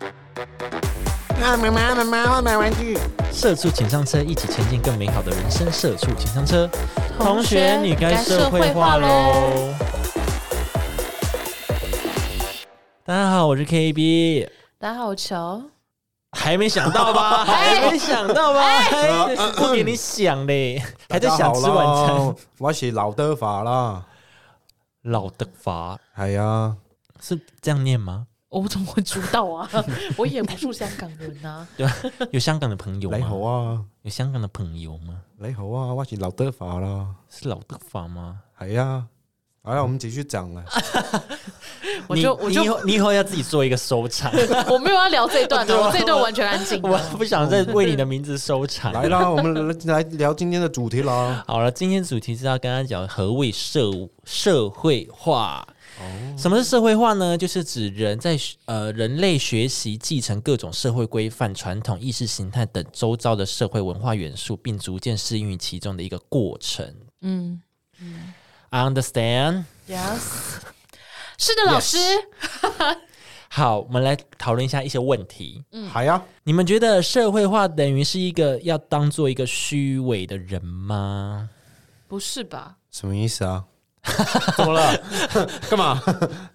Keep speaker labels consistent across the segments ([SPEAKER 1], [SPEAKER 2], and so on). [SPEAKER 1] 啊，妈妈，妈妈，我买玩具。
[SPEAKER 2] 社畜请上车，一起前进更美好的人生。社畜请上车，
[SPEAKER 3] 同学你该社会化喽！
[SPEAKER 2] 大家好，我是 KB，
[SPEAKER 3] 大家好，我球。
[SPEAKER 2] 还没想到 吧？
[SPEAKER 3] 哎
[SPEAKER 2] 还没想到吧？还不给你想嘞，还在想吃晚餐。，
[SPEAKER 1] 我是老德法啦。
[SPEAKER 2] 老的法
[SPEAKER 1] 哎呀，
[SPEAKER 2] 是这样念吗？
[SPEAKER 3] 哦我怎么会知道 啊？我演不出香港人啊！
[SPEAKER 2] 有香港的朋友
[SPEAKER 1] 你好
[SPEAKER 2] 吗？
[SPEAKER 1] 啊，
[SPEAKER 2] 有香港的朋友吗？
[SPEAKER 1] 你好啊，我是老德法啦。
[SPEAKER 2] 是老的法吗？
[SPEAKER 1] 哎呀，好了，我们继续讲了。
[SPEAKER 3] 我
[SPEAKER 2] 你
[SPEAKER 3] 就我
[SPEAKER 2] 你
[SPEAKER 3] 就
[SPEAKER 2] 以后你以后要自己做一个收 场，
[SPEAKER 3] 我没有要聊这一段的，啊我这一段完全安静的。
[SPEAKER 2] 我不想再为你的名字收场。
[SPEAKER 1] 来啦，我们来来聊今天的主题啦。
[SPEAKER 2] 好了，今天主题是要跟大家讲何谓社社会化。
[SPEAKER 1] 哦
[SPEAKER 2] 什么是社会化呢？就是指人在学呃人类学习继承各种社会规范、传统意识形态等周遭的社会文化元素，并逐渐适应于其中的一个过程。
[SPEAKER 3] 嗯
[SPEAKER 2] I understand。
[SPEAKER 3] ，Yes，是的，老师。
[SPEAKER 2] 好，我们来讨论一下一些问题。
[SPEAKER 3] 嗯
[SPEAKER 1] 哎呀，
[SPEAKER 2] 你们觉得社会化等于是一个要当做一个虚伪的人吗？
[SPEAKER 3] 不是 吧？
[SPEAKER 1] 什么意思啊？
[SPEAKER 2] 怎么了？
[SPEAKER 1] 干嘛？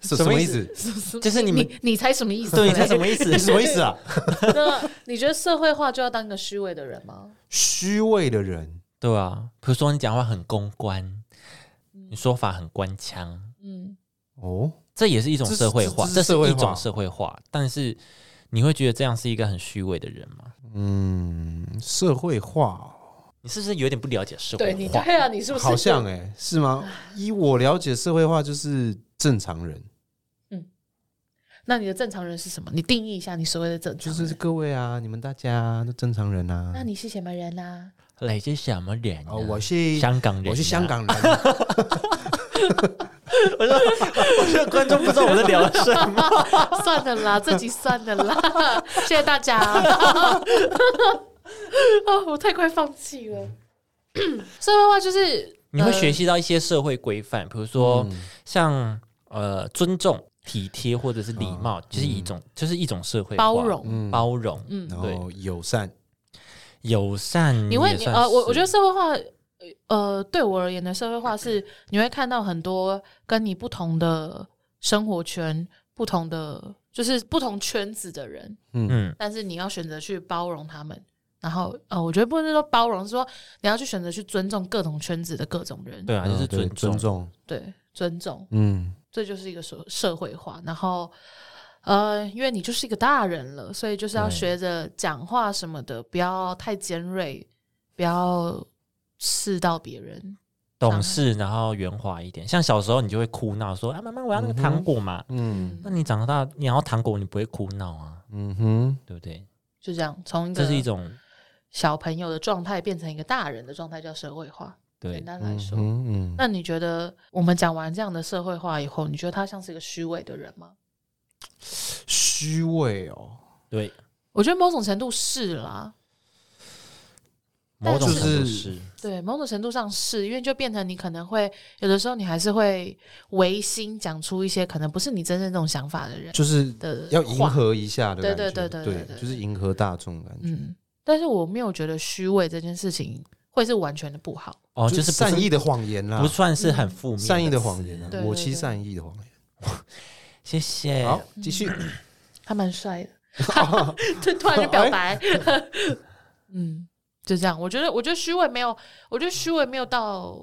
[SPEAKER 1] 什
[SPEAKER 2] 什
[SPEAKER 1] 什
[SPEAKER 2] 么
[SPEAKER 1] 么
[SPEAKER 2] 意
[SPEAKER 1] 意
[SPEAKER 2] 思
[SPEAKER 1] 思？
[SPEAKER 2] 就是你们
[SPEAKER 3] 你你才什么意思？
[SPEAKER 2] 对，你猜什么 意思？
[SPEAKER 1] 什么意思啊？
[SPEAKER 3] 那你觉得社会化就要当个虚伪的人吗？
[SPEAKER 1] 虚伪的人，
[SPEAKER 2] 对啊，比如说你讲话很公关，你说法很官腔，
[SPEAKER 3] 嗯，
[SPEAKER 1] 哦，
[SPEAKER 2] 这也是一种
[SPEAKER 1] 这是
[SPEAKER 2] 社会化，
[SPEAKER 1] 这
[SPEAKER 2] 这
[SPEAKER 1] 这是
[SPEAKER 2] 是
[SPEAKER 1] 社会
[SPEAKER 2] 一
[SPEAKER 1] 化
[SPEAKER 2] 种社会化。但是你会觉得这样是一个很虚伪的人吗？
[SPEAKER 1] 嗯，社会化
[SPEAKER 2] 你是不是有点不了解社
[SPEAKER 3] 对
[SPEAKER 2] 会
[SPEAKER 3] 你
[SPEAKER 2] 化？
[SPEAKER 3] 对啊，你是不是
[SPEAKER 1] 好像哎、是吗？依我了解，社会化就是正常人，
[SPEAKER 3] 那你的正常人是什么？你定义一下你所谓的正
[SPEAKER 1] 就
[SPEAKER 3] 常人。
[SPEAKER 1] 是各位啊，你们大家都正常人啊。
[SPEAKER 3] 那你是什么人啊啦、
[SPEAKER 2] 你是什么人、啊？
[SPEAKER 1] 哦，我是
[SPEAKER 2] 香港人、
[SPEAKER 1] 我是香。港人，
[SPEAKER 2] 我说，我说 观众不知道我在聊什 么。
[SPEAKER 3] 算了啦，自己算了 啦，谢谢大家。哦，我太快放弃 了。社会化就是
[SPEAKER 2] 你会学习到一些社会规范，比如说
[SPEAKER 1] 嗯
[SPEAKER 2] 像呃尊重、体贴或者是礼貌，就是一种就是一种社会化
[SPEAKER 3] 包容
[SPEAKER 1] 嗯
[SPEAKER 2] 包容。
[SPEAKER 3] 嗯
[SPEAKER 1] 然
[SPEAKER 2] 对
[SPEAKER 1] 后友善，
[SPEAKER 2] 友善
[SPEAKER 3] 你会
[SPEAKER 2] 也
[SPEAKER 3] 你
[SPEAKER 2] 算
[SPEAKER 3] 呃，我
[SPEAKER 2] 是
[SPEAKER 3] 我觉得社会化，呃，对我而言的社会化是，你会看到很多跟你不同的生活圈、不同的就是不同圈子的人，
[SPEAKER 2] 嗯，
[SPEAKER 3] 但是你要选择去包容他们。然后呃，我觉得不是说包容，是说你要去选择去尊重各种圈子的各种人，
[SPEAKER 2] 对啊，就是
[SPEAKER 1] 嗯对
[SPEAKER 2] 尊重
[SPEAKER 1] 尊。重，
[SPEAKER 3] 对，尊重。
[SPEAKER 1] 嗯，
[SPEAKER 3] 这就是一个社社会化。然后，呃，因为你就是一个大人了，所以就是要
[SPEAKER 2] 对
[SPEAKER 3] 学着讲话什么的，不要太尖锐，不要刺到别人。
[SPEAKER 2] 懂事，然后圆滑一点。像小时候你就会哭闹说：“啊，妈妈，我要那个糖果嘛。
[SPEAKER 1] 嗯
[SPEAKER 2] 那你长大你要糖果，你不会哭闹啊，
[SPEAKER 1] 嗯哼，
[SPEAKER 2] 对不对？
[SPEAKER 3] 就这样，从一
[SPEAKER 2] 这
[SPEAKER 3] 个
[SPEAKER 2] 是一种
[SPEAKER 3] 小朋友的状态变成一个大人的状态，叫社会化。简
[SPEAKER 2] 对。
[SPEAKER 3] 单来
[SPEAKER 1] 嗯
[SPEAKER 3] 说，
[SPEAKER 1] 嗯
[SPEAKER 3] 那你觉得我们讲完这样的社会化以后，你觉得他像是一个虚伪的人吗？
[SPEAKER 1] 虚伪哦，
[SPEAKER 2] 对，
[SPEAKER 3] 我觉得某种程度是啦，
[SPEAKER 2] 某种程
[SPEAKER 3] 但是
[SPEAKER 2] 度
[SPEAKER 1] 就是
[SPEAKER 2] 是
[SPEAKER 3] 对，某种程度上是因为就变成你可能会有的时候你还是会违心讲出一些可能不是你真正这种想法的人
[SPEAKER 1] 就是
[SPEAKER 3] 的
[SPEAKER 1] 要迎
[SPEAKER 3] 话，
[SPEAKER 1] 合一下的感觉，
[SPEAKER 3] 对对对对对对
[SPEAKER 1] 对，就是迎合大众的感觉，
[SPEAKER 3] 嗯，但是我没有觉得虚伪这件事情会是完全的不好，
[SPEAKER 2] 哦，
[SPEAKER 1] 就
[SPEAKER 2] 就是不
[SPEAKER 1] 善意的谎言啦
[SPEAKER 2] 不，算是
[SPEAKER 3] 嗯
[SPEAKER 2] 很负面
[SPEAKER 1] 善意的
[SPEAKER 2] 词
[SPEAKER 1] 谎言啊
[SPEAKER 3] 对，对
[SPEAKER 1] 我其
[SPEAKER 3] 对嗯
[SPEAKER 1] 善意的谎言。
[SPEAKER 2] 谢谢。
[SPEAKER 1] 好，继 续，
[SPEAKER 3] 他蛮帅的， 就突然就表
[SPEAKER 1] 哎
[SPEAKER 3] 白，嗯，就这样，我觉得我觉得虚伪没有，我觉得虚伪没有到，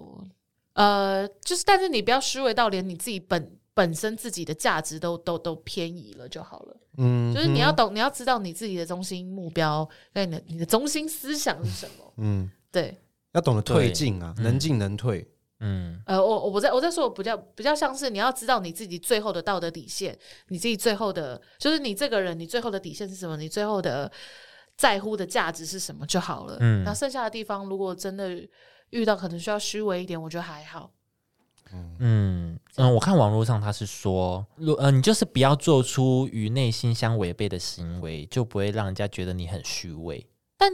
[SPEAKER 3] 呃，就是但是你不要虚伪到连你自己本本身自己的价值都都都偏移了就好了。
[SPEAKER 1] 嗯，
[SPEAKER 3] 就是你要懂，你要知道你自己的中心目标跟你的你的中心思想是什 么。
[SPEAKER 1] 嗯，
[SPEAKER 3] 对，
[SPEAKER 1] 要懂得退进啊，
[SPEAKER 2] 对嗯
[SPEAKER 1] 能进能退，
[SPEAKER 2] 嗯，
[SPEAKER 3] 呃，我我我在我在说，我比较比较像是你要知道你自己最后的道德底线，你自己最后的，就是你这个人，你最后的底线是什么，你最后的在乎的价值是什么就好了。
[SPEAKER 2] 嗯
[SPEAKER 3] 那剩下的地方，如果真的遇到可能需要虚伪一点，我觉得还好。
[SPEAKER 2] 嗯嗯，我看网络上他是说，如呃，你就是不要做出与内心相违背的行为，就不会让人家觉得你很虚伪。
[SPEAKER 3] 但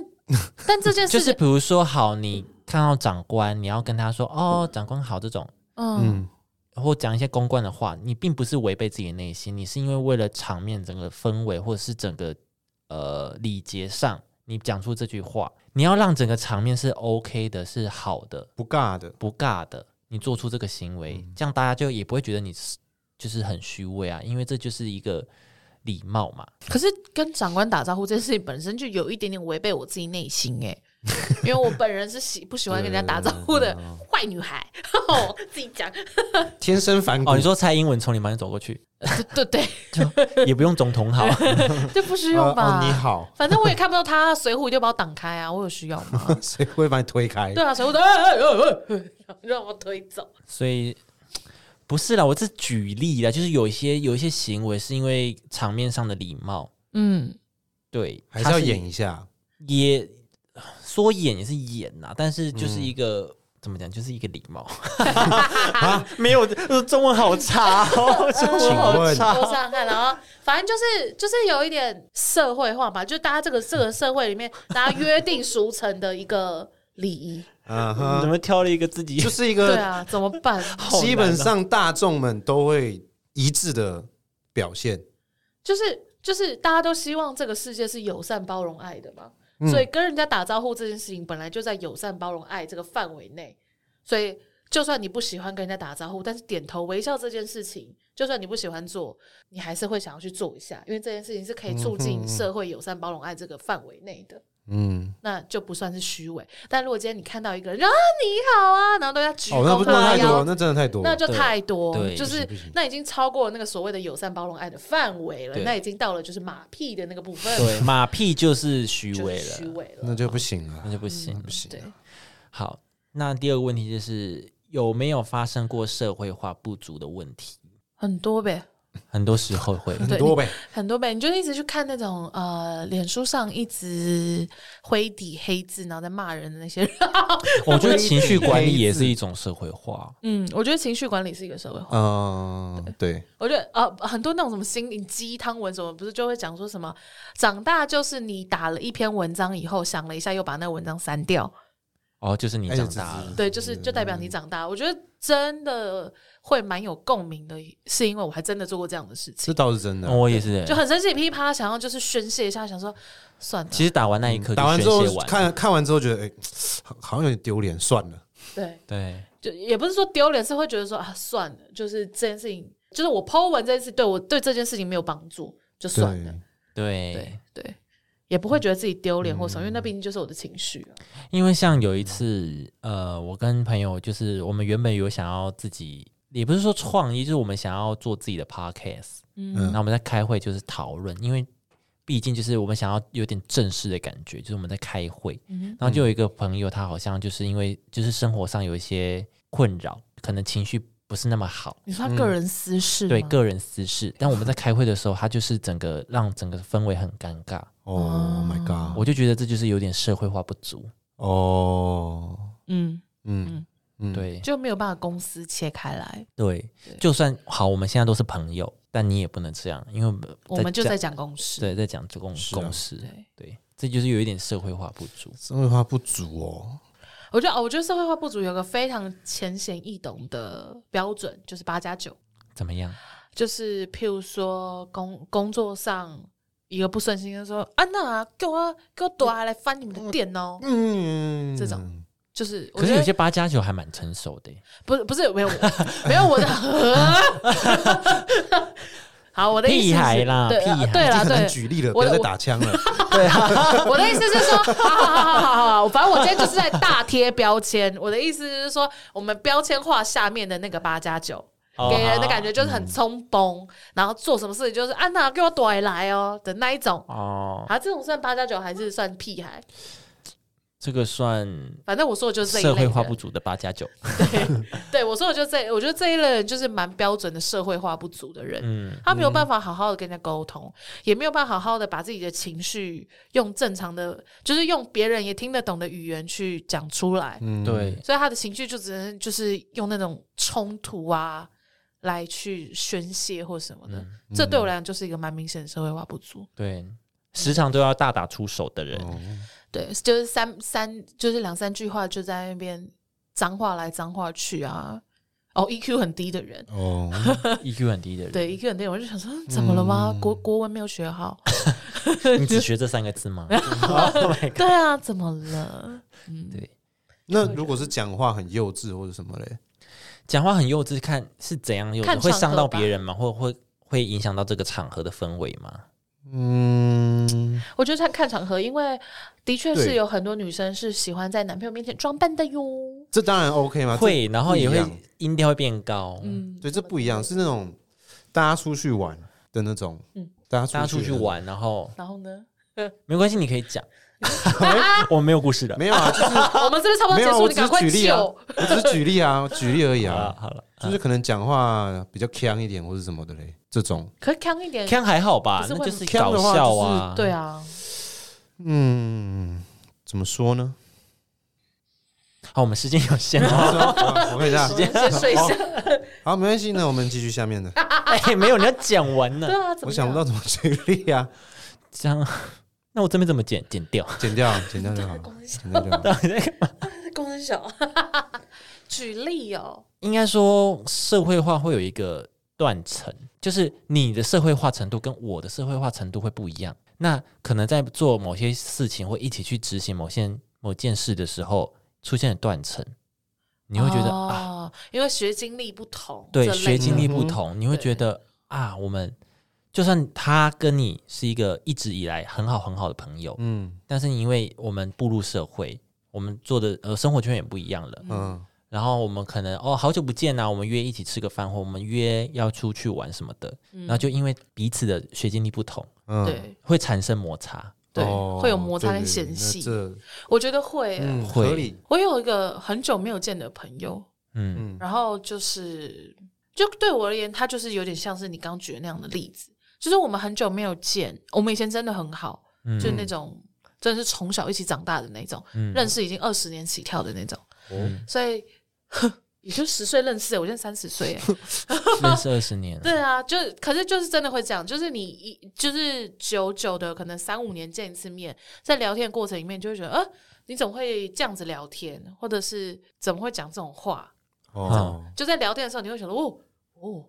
[SPEAKER 3] 但这件事
[SPEAKER 2] 就是比如说，好，你看到长官，你要跟他说：“哦，长官好。”这种，
[SPEAKER 3] 嗯
[SPEAKER 1] 嗯，
[SPEAKER 2] 或讲一些公关的话，你并不是违背自己的内心，你是因为为了场面、整个氛围，或者是整个呃礼节上，你讲出这句话，你要让整个场面是 OK 的，是好的，
[SPEAKER 1] 不尬的，
[SPEAKER 2] 不尬的，你做出这个行为，
[SPEAKER 1] 嗯
[SPEAKER 2] 这样大家就也不会觉得你是就是很虚伪啊，因为这就是一个礼貌嘛。
[SPEAKER 3] 可是跟长官打招呼这件事情本身就有一点点违背我自己内心 哎、因为我本人是喜不喜欢跟人家打招呼的
[SPEAKER 1] 对对对
[SPEAKER 3] 坏女孩， 我自己讲，
[SPEAKER 1] 天生反骨。
[SPEAKER 2] 哦，你说蔡英文从你旁边走过去，
[SPEAKER 3] 对对 对，
[SPEAKER 2] 也不用总 统好，
[SPEAKER 3] 这不需
[SPEAKER 1] 呃
[SPEAKER 3] 要吧？
[SPEAKER 1] 哦，你好，
[SPEAKER 3] 反正我也看不到他，水浒就把我挡开啊，我有需要吗？
[SPEAKER 1] 谁会把你推开？
[SPEAKER 3] 对啊，水浒的，哎哎哎哎 让我推走。
[SPEAKER 2] 所以不是啦，我这举例啦，就是有一些有一些行为是因为场面上的礼貌，
[SPEAKER 3] 嗯，
[SPEAKER 2] 对，
[SPEAKER 1] 还是要
[SPEAKER 2] 它
[SPEAKER 1] 演一下，
[SPEAKER 2] 也说演也是演呐，但是就是一个、怎么讲，就是一个礼貌啊， 没有，呃中文好差 哦，中文好
[SPEAKER 1] 请问
[SPEAKER 2] 差
[SPEAKER 3] 多嗯上看，然后反正就是就是有一点社会化吧，就大家这个这个社会里面，大家约定俗成的一个礼仪。
[SPEAKER 1] 嗯
[SPEAKER 2] 你怎
[SPEAKER 1] 哼，
[SPEAKER 2] 么挑了一个自己
[SPEAKER 1] 就？是一
[SPEAKER 3] 对
[SPEAKER 1] 个
[SPEAKER 3] 啊，怎么办？
[SPEAKER 2] 好
[SPEAKER 1] 基
[SPEAKER 2] 难
[SPEAKER 1] 本
[SPEAKER 2] 啊
[SPEAKER 1] 上大众们都会一致的表现。
[SPEAKER 3] 就是就是大家都希望这个世界是友善、包容、爱的嘛，
[SPEAKER 1] 嗯
[SPEAKER 3] 所以跟人家打招呼这件事情本来就在友善、包容、爱这个范围内，所以就算你不喜欢跟人家打招呼，但是点头微笑这件事情，就算你不喜欢做，你还是会想要去做一下，因为这件事情是可以促进社会友善、包容、爱这个范围内的。
[SPEAKER 1] 嗯，
[SPEAKER 3] 那就不算是虚伪，但如果今天你看到一个人啊你好啊，然后都要鞠
[SPEAKER 1] 哦，那
[SPEAKER 3] 躬
[SPEAKER 1] 不那
[SPEAKER 3] 哈
[SPEAKER 1] 太多，
[SPEAKER 3] 腰，
[SPEAKER 1] 那真的太多，
[SPEAKER 3] 那就
[SPEAKER 2] 对
[SPEAKER 3] 太多，
[SPEAKER 2] 对
[SPEAKER 3] 就
[SPEAKER 1] 不行
[SPEAKER 3] 是
[SPEAKER 1] 不行
[SPEAKER 3] 那已经超过那个所谓的友善、包容、爱的范围了，
[SPEAKER 2] 对
[SPEAKER 3] 那已经到了就是马屁的那个部分，
[SPEAKER 2] 对，马屁就是虚
[SPEAKER 3] 就
[SPEAKER 2] 伪
[SPEAKER 3] 是虚
[SPEAKER 2] 了，
[SPEAKER 3] 伪
[SPEAKER 1] 那
[SPEAKER 3] 了。
[SPEAKER 1] 就不行
[SPEAKER 2] 那
[SPEAKER 1] 了，
[SPEAKER 2] 就不行
[SPEAKER 1] 那。不行
[SPEAKER 3] 嗯对。，
[SPEAKER 2] 好，那第二个问题就是有没有发生过社会化不足的问题？
[SPEAKER 3] 很多呗，
[SPEAKER 2] 很多时候会，
[SPEAKER 3] 对
[SPEAKER 1] 很多呗，
[SPEAKER 3] 很多呗，你就一直去看那种呃，脸书上一直灰底黑字，然后在骂人的那些人。
[SPEAKER 2] 我觉得情绪管理也是一种社会化。
[SPEAKER 3] 嗯，我觉得情绪管理是一个社会化。哦
[SPEAKER 1] 嗯，对，
[SPEAKER 3] 我觉得呃，很多那种什么心灵鸡汤文什么，不是就会讲说什么长大就是你打了一篇文章以后，想了一下又把那文章删掉，
[SPEAKER 2] 哦，就是你长大了，
[SPEAKER 3] 对，就是就代表你长大。我觉得真的会蛮有共鸣的，是因为我还真的做过这样的事
[SPEAKER 1] 这
[SPEAKER 3] 情，
[SPEAKER 1] 倒是真的。
[SPEAKER 2] 我也是
[SPEAKER 3] 就
[SPEAKER 2] 欸。
[SPEAKER 3] 很生气，噼啪想要就是宣泄一下，想说算 了，
[SPEAKER 2] 其实嗯打完那一刻就
[SPEAKER 1] 打完
[SPEAKER 2] 宣
[SPEAKER 1] 之后
[SPEAKER 2] 泄完，
[SPEAKER 1] 看看完之后觉得，哎，好好像有点丢脸，算了。
[SPEAKER 3] 对，
[SPEAKER 2] 对，
[SPEAKER 3] 就也不是说丢脸，是会觉得说啊算了，就是这件事情，就是我 Po 文这件事对我对这件事情没有帮助，就算了
[SPEAKER 1] 对，，
[SPEAKER 2] 对
[SPEAKER 3] 对，对。也不会觉得自己丢脸或什么，因为那毕竟就是我的情绪啊、
[SPEAKER 2] 因为像有一次，呃，我跟朋友就是我们原本有想要自己，也不是说创意，就是我们想要做自己的 podcast，然
[SPEAKER 3] 嗯
[SPEAKER 2] 后我们在开会就是讨论，因为毕竟就是我们想要有点正式的感觉，就是我们在开会，
[SPEAKER 3] 嗯
[SPEAKER 2] 然后就有一个朋友，他好像就是因为就是生活上有一些困扰，可能情绪不是那么好，
[SPEAKER 3] 你说他个人私事、
[SPEAKER 2] 对，个人私事。但我们在开会的时候，他就是整个让整个氛围很尴尬，
[SPEAKER 1] 哦，My
[SPEAKER 2] 我
[SPEAKER 1] God，
[SPEAKER 2] 就觉得这就是有点社会化不足。
[SPEAKER 1] 哦，
[SPEAKER 3] 嗯，
[SPEAKER 1] 嗯嗯，
[SPEAKER 2] 对
[SPEAKER 3] 就没有办法公司切开来，
[SPEAKER 2] 对，就算好，我们现在都是朋友，但你也不能这样，因为我们
[SPEAKER 3] 我们就
[SPEAKER 2] 讲
[SPEAKER 3] 在讲公司。
[SPEAKER 2] 对在讲这公
[SPEAKER 1] 是啊
[SPEAKER 2] 公事，
[SPEAKER 3] 对
[SPEAKER 2] 对，这就是有一点社会化不足。
[SPEAKER 1] 社会化不足哦，
[SPEAKER 3] 我觉得，哦我觉得社会化不足有个非常浅显易懂的标准，就是八加九，
[SPEAKER 2] 怎么样？
[SPEAKER 3] 就是譬如说工工作上一个不顺心，就说安娜、啊，给我给我躲下来翻你们的电哦，
[SPEAKER 1] 嗯，
[SPEAKER 3] 这种就是我
[SPEAKER 2] 可是
[SPEAKER 3] 觉
[SPEAKER 2] 有
[SPEAKER 3] 得
[SPEAKER 2] 些八加九还蛮成熟的耶，
[SPEAKER 3] 不是不是没有我没 有我的， 好我的意
[SPEAKER 2] 屁
[SPEAKER 3] 思
[SPEAKER 2] 孩
[SPEAKER 3] 是
[SPEAKER 2] 啦
[SPEAKER 3] 对
[SPEAKER 2] 屁
[SPEAKER 3] 啊
[SPEAKER 2] 孩
[SPEAKER 3] 对啦
[SPEAKER 1] 这很
[SPEAKER 3] 对
[SPEAKER 1] 难，举例了，
[SPEAKER 3] 我
[SPEAKER 1] 不要再
[SPEAKER 3] 我
[SPEAKER 1] 打枪了。
[SPEAKER 3] 我的意思是说，好好好好好好，反正我今天就是在大贴标签。我的意思就是说，我们标签化下面的那个八加九。
[SPEAKER 2] 哦
[SPEAKER 3] 给人的感
[SPEAKER 2] 好
[SPEAKER 3] 觉就是很冲崩，然后做什么事情就是安娜、给我躲起来哦的那一种。
[SPEAKER 2] 哦，
[SPEAKER 3] 啊，这种算八加九还是算屁孩？
[SPEAKER 2] 这个算嗯
[SPEAKER 3] 反正我说的就是这一类
[SPEAKER 2] 社
[SPEAKER 3] 的
[SPEAKER 2] 会化不足的八加九。
[SPEAKER 3] 对我说的就是这，我觉得这一类人就是蛮标准的社会化不足的人。
[SPEAKER 2] 嗯，
[SPEAKER 3] 他没有办法好好的跟人家沟通，也没有办法好好的把自己的情绪用正常的，就是用别人也听得懂的语言去讲出来。
[SPEAKER 1] 嗯，
[SPEAKER 2] 对，
[SPEAKER 3] 所以他的情绪就只能就是用那种冲突啊来去宣泄或什么的。
[SPEAKER 1] 嗯
[SPEAKER 3] 这对我来讲就是一个蛮明显的社会化不足。
[SPEAKER 2] 嗯对，时常都要大打出手的人，
[SPEAKER 1] 哦，
[SPEAKER 3] 对，就是三三就是两三句话就在那边脏话来脏话去啊。哦 EQ 很低的人，
[SPEAKER 1] 哦，
[SPEAKER 2] ，EQ 很低的人，
[SPEAKER 3] 对 EQ 很低的人，我就想说嗯怎么了吗？
[SPEAKER 1] 嗯
[SPEAKER 3] 国国文没有学好，
[SPEAKER 2] 你只学这三个字吗？Oh my god！
[SPEAKER 3] 对啊，怎么了？嗯，
[SPEAKER 2] 对，
[SPEAKER 1] 那如果是讲话很幼稚或者什么嘞？
[SPEAKER 2] 讲话很幼稚，看是怎样幼
[SPEAKER 3] 看
[SPEAKER 2] 稚，
[SPEAKER 3] 场
[SPEAKER 2] 会
[SPEAKER 3] 合
[SPEAKER 2] 伤到
[SPEAKER 3] 吧
[SPEAKER 2] 别人吗？或会会影响到这个场合的氛围吗？
[SPEAKER 1] 嗯，
[SPEAKER 3] 我觉得看看场合，因为的确是
[SPEAKER 1] 对
[SPEAKER 3] 有很多女生是喜欢在男朋友面前装扮的哟。
[SPEAKER 1] 这当然 OK 啊嘛，这
[SPEAKER 2] 会，然后也
[SPEAKER 1] 不一
[SPEAKER 2] 会
[SPEAKER 1] 样
[SPEAKER 2] 音调会变高。
[SPEAKER 3] 嗯，
[SPEAKER 1] 对，这不一样，是那种大家出去玩的那种，
[SPEAKER 3] 嗯
[SPEAKER 1] 大家
[SPEAKER 2] 大家出去
[SPEAKER 1] 的那种，
[SPEAKER 2] 玩，然后
[SPEAKER 3] 然后呢？
[SPEAKER 2] 没关系，你可以 讲，我没有故事的。
[SPEAKER 1] 没有啊，就是
[SPEAKER 3] 我们是不是差不多
[SPEAKER 1] 没有
[SPEAKER 3] 结
[SPEAKER 1] 啊，
[SPEAKER 3] 束？
[SPEAKER 1] 我
[SPEAKER 3] 你
[SPEAKER 1] 只
[SPEAKER 3] 赶
[SPEAKER 1] 是
[SPEAKER 3] 快
[SPEAKER 1] 举例啊
[SPEAKER 3] 救！，
[SPEAKER 1] 我只是举例啊，举例而已
[SPEAKER 2] 好了
[SPEAKER 1] 啊，
[SPEAKER 2] 好了，
[SPEAKER 1] 就是可能讲话比较呛一点或是什么的嘞，这种，
[SPEAKER 3] 可以强一点，
[SPEAKER 2] 看还好吧
[SPEAKER 3] 可，是
[SPEAKER 2] 啊那
[SPEAKER 3] 会
[SPEAKER 2] 就是
[SPEAKER 1] 呛
[SPEAKER 2] 搞
[SPEAKER 1] 的话就是
[SPEAKER 2] 笑啊。
[SPEAKER 3] 对啊，
[SPEAKER 1] 嗯，怎么说呢？
[SPEAKER 2] 好，我们时间有限 哦。
[SPEAKER 1] 我看一下
[SPEAKER 3] 我，们先睡一下。
[SPEAKER 1] 哦好，没关系，那我们继续下面 的。
[SPEAKER 2] 哎，没有，你要讲完
[SPEAKER 3] 对
[SPEAKER 2] 呢。
[SPEAKER 3] 啊，怎
[SPEAKER 1] 我
[SPEAKER 3] 么
[SPEAKER 1] 想不到
[SPEAKER 3] 样
[SPEAKER 1] 怎么举例啊，
[SPEAKER 2] 这样，那我这边怎么剪？剪 掉？
[SPEAKER 1] 剪掉，剪掉就好了，剪掉就好了。
[SPEAKER 3] 公司小， 举例哦，
[SPEAKER 2] 应该说社会化会有一个断层，就是你的社会化程度跟我的社会化程度会不一样。那可能在做某些事情或一起去执行某些某件事的时候，出现了断层，你会觉得、啊，
[SPEAKER 3] 哦，因为学经历不同，
[SPEAKER 2] 对，
[SPEAKER 3] 这类
[SPEAKER 2] 学经历不
[SPEAKER 1] 嗯哼
[SPEAKER 2] 同，你会觉得啊，我们就算他跟你是一个一直以来很好很好的朋友，
[SPEAKER 1] 嗯
[SPEAKER 2] 但是因为我们步入社会，我们做的呃生活圈也不一样了，
[SPEAKER 1] 嗯
[SPEAKER 2] 然后我们可能哦好久不见呐、我们约一起吃个饭，或我们约要出去玩什么的，
[SPEAKER 3] 嗯
[SPEAKER 2] 然后就因为彼此的学经历不同，
[SPEAKER 1] 嗯，
[SPEAKER 3] 对
[SPEAKER 2] 会产生摩擦。
[SPEAKER 3] 对
[SPEAKER 1] 哦
[SPEAKER 3] 会有摩擦跟
[SPEAKER 1] 对对
[SPEAKER 3] 嫌
[SPEAKER 1] 对
[SPEAKER 3] 隙
[SPEAKER 1] 那这
[SPEAKER 3] 我觉得会欸。
[SPEAKER 1] 嗯
[SPEAKER 2] 嗯会
[SPEAKER 1] 合理，
[SPEAKER 3] 我有一个很久没有见的朋友，
[SPEAKER 2] 嗯
[SPEAKER 1] 嗯
[SPEAKER 3] 然后就是，就对我而言，他就是有点像是你刚举的那样的例子，就是我们很久没有见，我们以前真的很好，
[SPEAKER 2] 嗯
[SPEAKER 3] 就是那种真的是从小一起长大的那种，
[SPEAKER 2] 嗯
[SPEAKER 3] 认识已经二十年起跳的那种，
[SPEAKER 1] 哦
[SPEAKER 3] 所以。呵也就十岁认识欸，我现在三十岁欸，
[SPEAKER 2] 认识二十年了，
[SPEAKER 3] 对啊，就可是就是真的会这样，就是你一就是久久的，可能三五年见一次面，在聊天过程里面就会觉得，呃，你怎么会这样子聊天，或者是怎么会讲这种话？
[SPEAKER 2] 嗯
[SPEAKER 1] 哦，
[SPEAKER 3] 就在聊天的时候，你会想说，哦哦，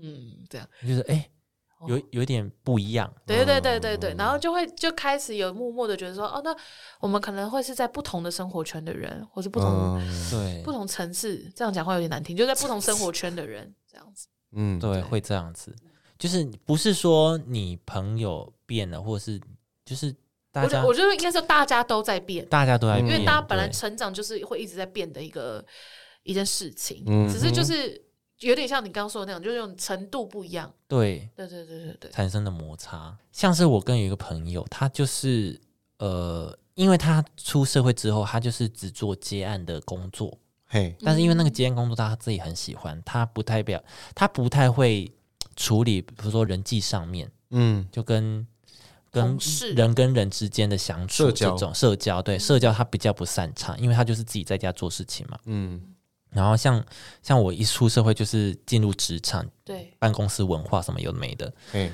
[SPEAKER 3] 嗯，这样，
[SPEAKER 2] 就是哎、
[SPEAKER 3] 哦
[SPEAKER 2] 有有一点不一样。
[SPEAKER 3] 对对对对
[SPEAKER 1] 哦
[SPEAKER 3] 对，然后就会就开始有默默的觉得说，哦，那我们可能会是在不同的生活圈的人，或是不同、
[SPEAKER 1] 嗯
[SPEAKER 2] 对
[SPEAKER 3] 不同层次，这样讲话有点难听，就在不同生活圈的人这样子。
[SPEAKER 1] 嗯
[SPEAKER 2] 对，会这样子，就是不是说你朋友变了，或是就是大
[SPEAKER 3] 我觉
[SPEAKER 2] 家
[SPEAKER 3] 得我觉得应该是大家都在变，
[SPEAKER 2] 大家都在
[SPEAKER 1] 因
[SPEAKER 2] 变，
[SPEAKER 3] 因为大家本来
[SPEAKER 2] 对
[SPEAKER 3] 成长就是会一直在变的一个一件事情，
[SPEAKER 1] 嗯
[SPEAKER 3] 只是就是有点像你刚刚说的那样，就是那种程度不一样。
[SPEAKER 2] 对
[SPEAKER 3] 对对对对对，
[SPEAKER 2] 产生的摩擦。像是我跟有一个朋友，他就是呃，因为他出社会之后，他就是只做接案的工作，
[SPEAKER 1] 嘿，
[SPEAKER 3] 嗯
[SPEAKER 2] 但是因为那个接案工作他自己很喜欢，他不太表，他不太会处理，比如说人际上面，
[SPEAKER 1] 嗯
[SPEAKER 2] 就跟。跟
[SPEAKER 3] 同事嗯
[SPEAKER 2] 人跟人之间的相处，
[SPEAKER 1] 社
[SPEAKER 2] 这
[SPEAKER 1] 交
[SPEAKER 2] 种社交，对社交他比较不擅长，因为他就是自己在家做事情嘛。
[SPEAKER 1] 嗯
[SPEAKER 2] 然后像像我一出社会，就是进入职场，
[SPEAKER 3] 对
[SPEAKER 2] 办公室文化什么有的没的，
[SPEAKER 1] 嘿，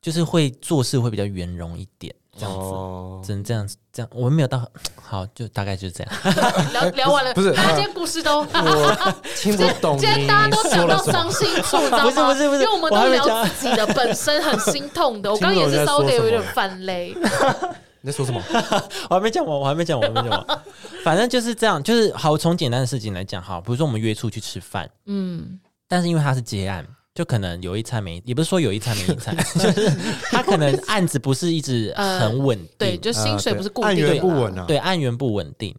[SPEAKER 2] 就是会做事会比较圆融一点，这样子，
[SPEAKER 1] 子
[SPEAKER 2] 只能这样子，这样我没有到好，就大概就是这样。
[SPEAKER 3] 聊聊完了，
[SPEAKER 1] 不是啊
[SPEAKER 3] 大家今天故 事都。
[SPEAKER 1] 我听不懂
[SPEAKER 3] 今天
[SPEAKER 1] 你
[SPEAKER 3] 大家都
[SPEAKER 1] 说
[SPEAKER 3] 讲
[SPEAKER 1] 了
[SPEAKER 3] 到
[SPEAKER 1] 什么
[SPEAKER 3] 伤，心处，你知道吗？
[SPEAKER 2] 不是不是不是
[SPEAKER 3] 因为我们
[SPEAKER 2] 我还
[SPEAKER 3] 都
[SPEAKER 2] 没
[SPEAKER 3] 聊
[SPEAKER 2] 讲
[SPEAKER 3] 自己的本身很心痛的，我刚 刚也是稍微有点泛泪。
[SPEAKER 1] 你在说什么？
[SPEAKER 2] 我还没讲完，我还没讲完，我还没讲完。 反正就是这样，就是好从简单的事情来讲，好，比如说我们约出去吃饭，
[SPEAKER 3] 嗯，
[SPEAKER 2] 但是因为他是接案，就可能有一餐没，也不是说有一餐没一餐， 就是他可 能案子不是一直很稳定，
[SPEAKER 3] 对，就薪水
[SPEAKER 1] 啊对
[SPEAKER 3] 不是固
[SPEAKER 1] 按
[SPEAKER 3] 定
[SPEAKER 1] 源
[SPEAKER 3] 的，
[SPEAKER 1] 不稳啊，
[SPEAKER 2] 对，案源不稳定。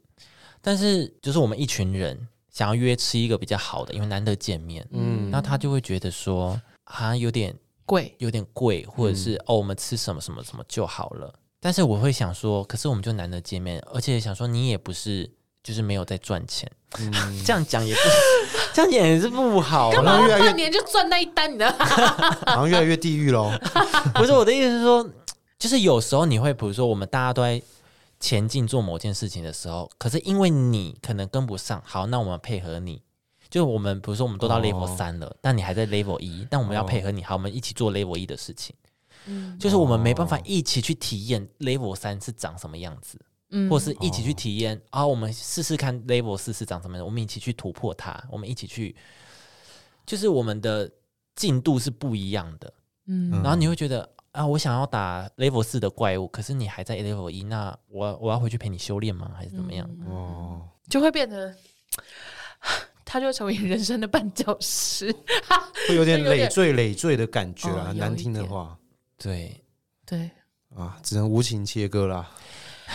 [SPEAKER 2] 但是就是我们一群人想要约吃一个比较好的，因为难得见面，
[SPEAKER 1] 嗯
[SPEAKER 2] 那他就会觉得说好像有点
[SPEAKER 3] 贵。
[SPEAKER 2] 有点贵，
[SPEAKER 1] 嗯
[SPEAKER 2] 或者是、哦，我们吃什么什么什么就好了。但是我会想说，可是我们就难得见面，而且想说你也不是就是没有在赚钱，
[SPEAKER 1] 嗯
[SPEAKER 2] 这样讲也不，这样讲也是 不好啊
[SPEAKER 1] 干
[SPEAKER 3] 干
[SPEAKER 1] 嘛好像越
[SPEAKER 2] 啦。
[SPEAKER 3] 嘛
[SPEAKER 1] 来越
[SPEAKER 3] 半年就赚那一单？你的
[SPEAKER 1] 好像越来越地狱喽。
[SPEAKER 2] 不是我的意思是说，就是有时候你会，比如说我们大家都在前进做某件事情的时候，可是因为你可能跟不上，好，那我们配合你。就我们比如说我们都到
[SPEAKER 1] 哦
[SPEAKER 2] level 三了，但你还在 level 一，但我们要
[SPEAKER 1] 哦
[SPEAKER 2] 配合你，好，我们一起做 level 一的事情。
[SPEAKER 3] 嗯
[SPEAKER 2] 就是我们没办法
[SPEAKER 1] 哦
[SPEAKER 2] 一起去体验 level 三是长什么样子，
[SPEAKER 3] 嗯哦
[SPEAKER 2] 或是一起去体验啊，我们试试看 level 四是长什么样子，我们一起去突破它，我们一起去就是我们的进度是不一样的。
[SPEAKER 3] 嗯
[SPEAKER 2] 然后你会觉得啊，我想要打 level 四的怪物，可是你还在 level 一，那我我要回去陪你修炼吗？还是怎么样？
[SPEAKER 3] 嗯
[SPEAKER 1] 哦，
[SPEAKER 3] 就会变得， 他就成为人生的绊脚石。
[SPEAKER 1] 会有点
[SPEAKER 3] 有点
[SPEAKER 1] 累赘累赘的感觉
[SPEAKER 3] 哦
[SPEAKER 1] 啊，
[SPEAKER 3] 有
[SPEAKER 1] 难听的
[SPEAKER 3] 一点
[SPEAKER 1] 话
[SPEAKER 2] 对，
[SPEAKER 3] 对，
[SPEAKER 1] 啊，只能无情切割啦。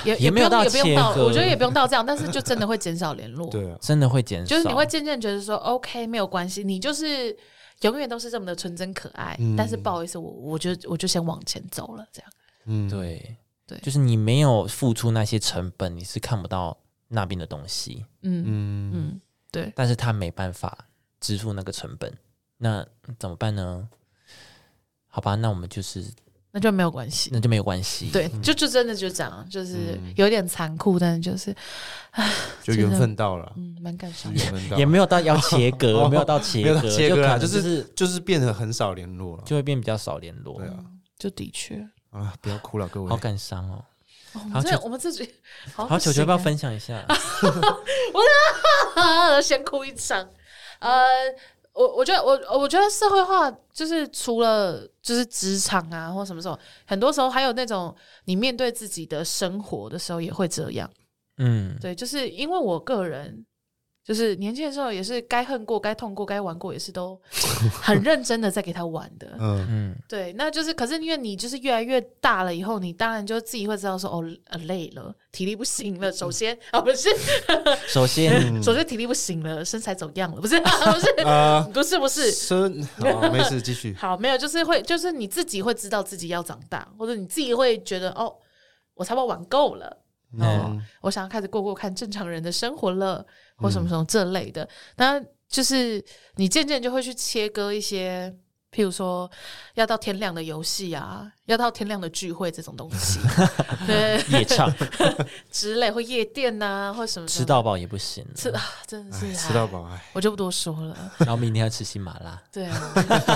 [SPEAKER 3] 也
[SPEAKER 2] 也没有
[SPEAKER 3] 不
[SPEAKER 2] 到
[SPEAKER 3] 用也不用到，
[SPEAKER 2] 切合
[SPEAKER 3] 我觉得也不用到这样，但是就真的会减少联 络。，
[SPEAKER 1] 对啊，
[SPEAKER 2] 真的会减少，
[SPEAKER 3] 就是你会渐渐觉得说，OK，没有关系，你就是永远都是这么的纯真可爱。
[SPEAKER 1] 嗯
[SPEAKER 3] 但是不好意思，我我就我就先往前走了，这样。
[SPEAKER 1] 嗯，
[SPEAKER 2] 对
[SPEAKER 3] 对
[SPEAKER 2] 就是你没有付出那些成本，你是看不到那边的东西，
[SPEAKER 3] 嗯
[SPEAKER 1] 嗯，
[SPEAKER 3] 嗯，对，
[SPEAKER 2] 但是他没办法支付那个成本，那怎么办呢？好吧，那我们就是
[SPEAKER 3] 那就没有关系。
[SPEAKER 2] 那嗯就没有关系，
[SPEAKER 3] 对，就就真的就这样，就是
[SPEAKER 1] 嗯
[SPEAKER 3] 有点残酷，但是就是
[SPEAKER 1] 就
[SPEAKER 3] 真的
[SPEAKER 1] 缘分到了，
[SPEAKER 3] 嗯，蛮感伤
[SPEAKER 1] 是。缘分到
[SPEAKER 2] 也
[SPEAKER 1] 了，
[SPEAKER 2] 没有到要切割，
[SPEAKER 1] 哦
[SPEAKER 2] 没有到切
[SPEAKER 1] 没有
[SPEAKER 2] 割，
[SPEAKER 1] 到切割
[SPEAKER 2] 就可
[SPEAKER 1] 啊
[SPEAKER 2] 能
[SPEAKER 1] 就是
[SPEAKER 2] 是
[SPEAKER 1] 就是变得很少联络了。
[SPEAKER 2] 就会变比较少联络
[SPEAKER 1] 对，啊，
[SPEAKER 3] 就的确，
[SPEAKER 1] 啊，不要哭了，各
[SPEAKER 2] 好
[SPEAKER 1] 位。
[SPEAKER 2] 感伤哦。
[SPEAKER 3] 哦我
[SPEAKER 2] 好
[SPEAKER 3] 们这
[SPEAKER 2] 球
[SPEAKER 3] 我们自己
[SPEAKER 1] 啊
[SPEAKER 3] 好
[SPEAKER 2] 好，
[SPEAKER 3] 不
[SPEAKER 2] 球球
[SPEAKER 3] 行
[SPEAKER 2] 要不要
[SPEAKER 3] 欸
[SPEAKER 2] 分享一下？
[SPEAKER 3] 啊， 先哭一场。呃，我我觉得我我觉得社会化就是除了就是职场啊或什么时候，很多时候还有那种你面对自己的生活的时候也会这样。
[SPEAKER 2] 嗯，
[SPEAKER 3] 对，就是因为我个人。就是年轻的时候也是该恨过、该痛过、该玩过，也是都很认真的在给他玩的。
[SPEAKER 1] 嗯，
[SPEAKER 2] 嗯，
[SPEAKER 3] 对，那就是，可是因为你就是越来越大了以后，你当然就自己会知道说，哦，呃累了，体力不行了。首先，啊，不是，
[SPEAKER 2] 首先，
[SPEAKER 1] 嗯
[SPEAKER 3] 首先体力不行了，身材走样了，不是，不是，
[SPEAKER 1] 啊，
[SPEAKER 3] 不是不是，
[SPEAKER 1] 生好，没事，继 续。
[SPEAKER 3] 好，没有，就是会，就是你自己会知道自己要长大，或者你自己会觉得哦，我差不多玩够了，
[SPEAKER 1] 嗯，
[SPEAKER 3] 我想要开始过过看正常人的生活了，或
[SPEAKER 1] 嗯
[SPEAKER 3] 什么什么这类的。那就是你渐渐就会去切割一些，譬如说要到天亮的游戏啊，要到天亮的聚会这种东 西，对
[SPEAKER 2] 夜唱
[SPEAKER 3] 之类或夜店呐、或什么什
[SPEAKER 2] 吃
[SPEAKER 3] 么
[SPEAKER 2] 到饱也不行，
[SPEAKER 3] 吃啊，真的
[SPEAKER 1] 哎
[SPEAKER 3] 是
[SPEAKER 1] 吃到
[SPEAKER 3] 哎
[SPEAKER 1] 饱，哎，
[SPEAKER 3] 我就不多说了。
[SPEAKER 2] 然后明天要吃新麻辣，
[SPEAKER 3] 对啊，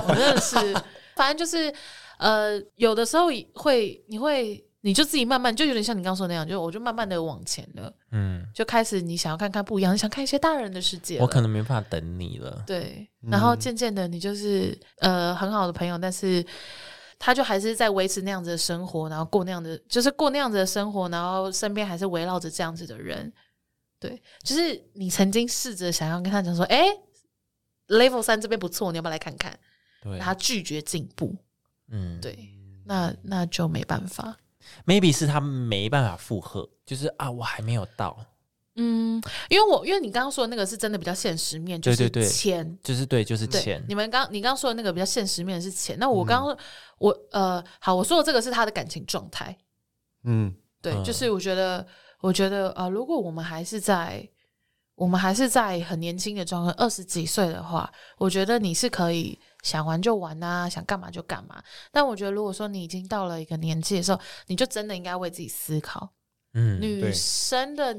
[SPEAKER 3] 我真的是，反正就是呃，有的时候会，你会，你就自己慢慢，就有点像你刚说那样，就我就慢慢的往前了，
[SPEAKER 2] 嗯，
[SPEAKER 3] 就开始你想要看看不一样，你想看一些大人的世界了。
[SPEAKER 2] 我可能没办法等你了，
[SPEAKER 3] 对，然后
[SPEAKER 1] 嗯
[SPEAKER 3] 渐渐的，你就是呃很好的朋友，但是他就还是在维持那样子的生活，然后过那样的，就是过那样子的生活，然后身边还是围绕着这样子的人。对，就是你曾经试着想要跟他讲说，哎、l e v e l 三这边不错，你要不要来看看？
[SPEAKER 2] 对，
[SPEAKER 3] 他拒绝进步，
[SPEAKER 2] 嗯，
[SPEAKER 3] 对，那那就没办法。
[SPEAKER 2] ，maybe 是他没办法负荷，就是啊，我还没有到，
[SPEAKER 3] 嗯，因为我因为你刚刚说的那个是真的比较现实面，就
[SPEAKER 2] 对
[SPEAKER 3] 是
[SPEAKER 2] 对对
[SPEAKER 3] 钱。
[SPEAKER 2] 就是对，就是钱嗯
[SPEAKER 3] 对，，你们刚你刚说的那个比较现实面是钱。那我刚刚、我呃，好，我说的这个是他的感情状态。
[SPEAKER 1] 嗯，
[SPEAKER 3] 对，
[SPEAKER 2] 嗯
[SPEAKER 3] 就是我觉得，我觉得啊、呃如果我们还是在我们还是在很年轻的状态，二十几岁的话，我觉得你是可以想玩就玩啊，想干嘛就干嘛。但我觉得，如果说你已经到了一个年纪的时候，你就真的应该为自己思考。
[SPEAKER 2] 嗯，
[SPEAKER 3] 女
[SPEAKER 1] 对
[SPEAKER 3] 生的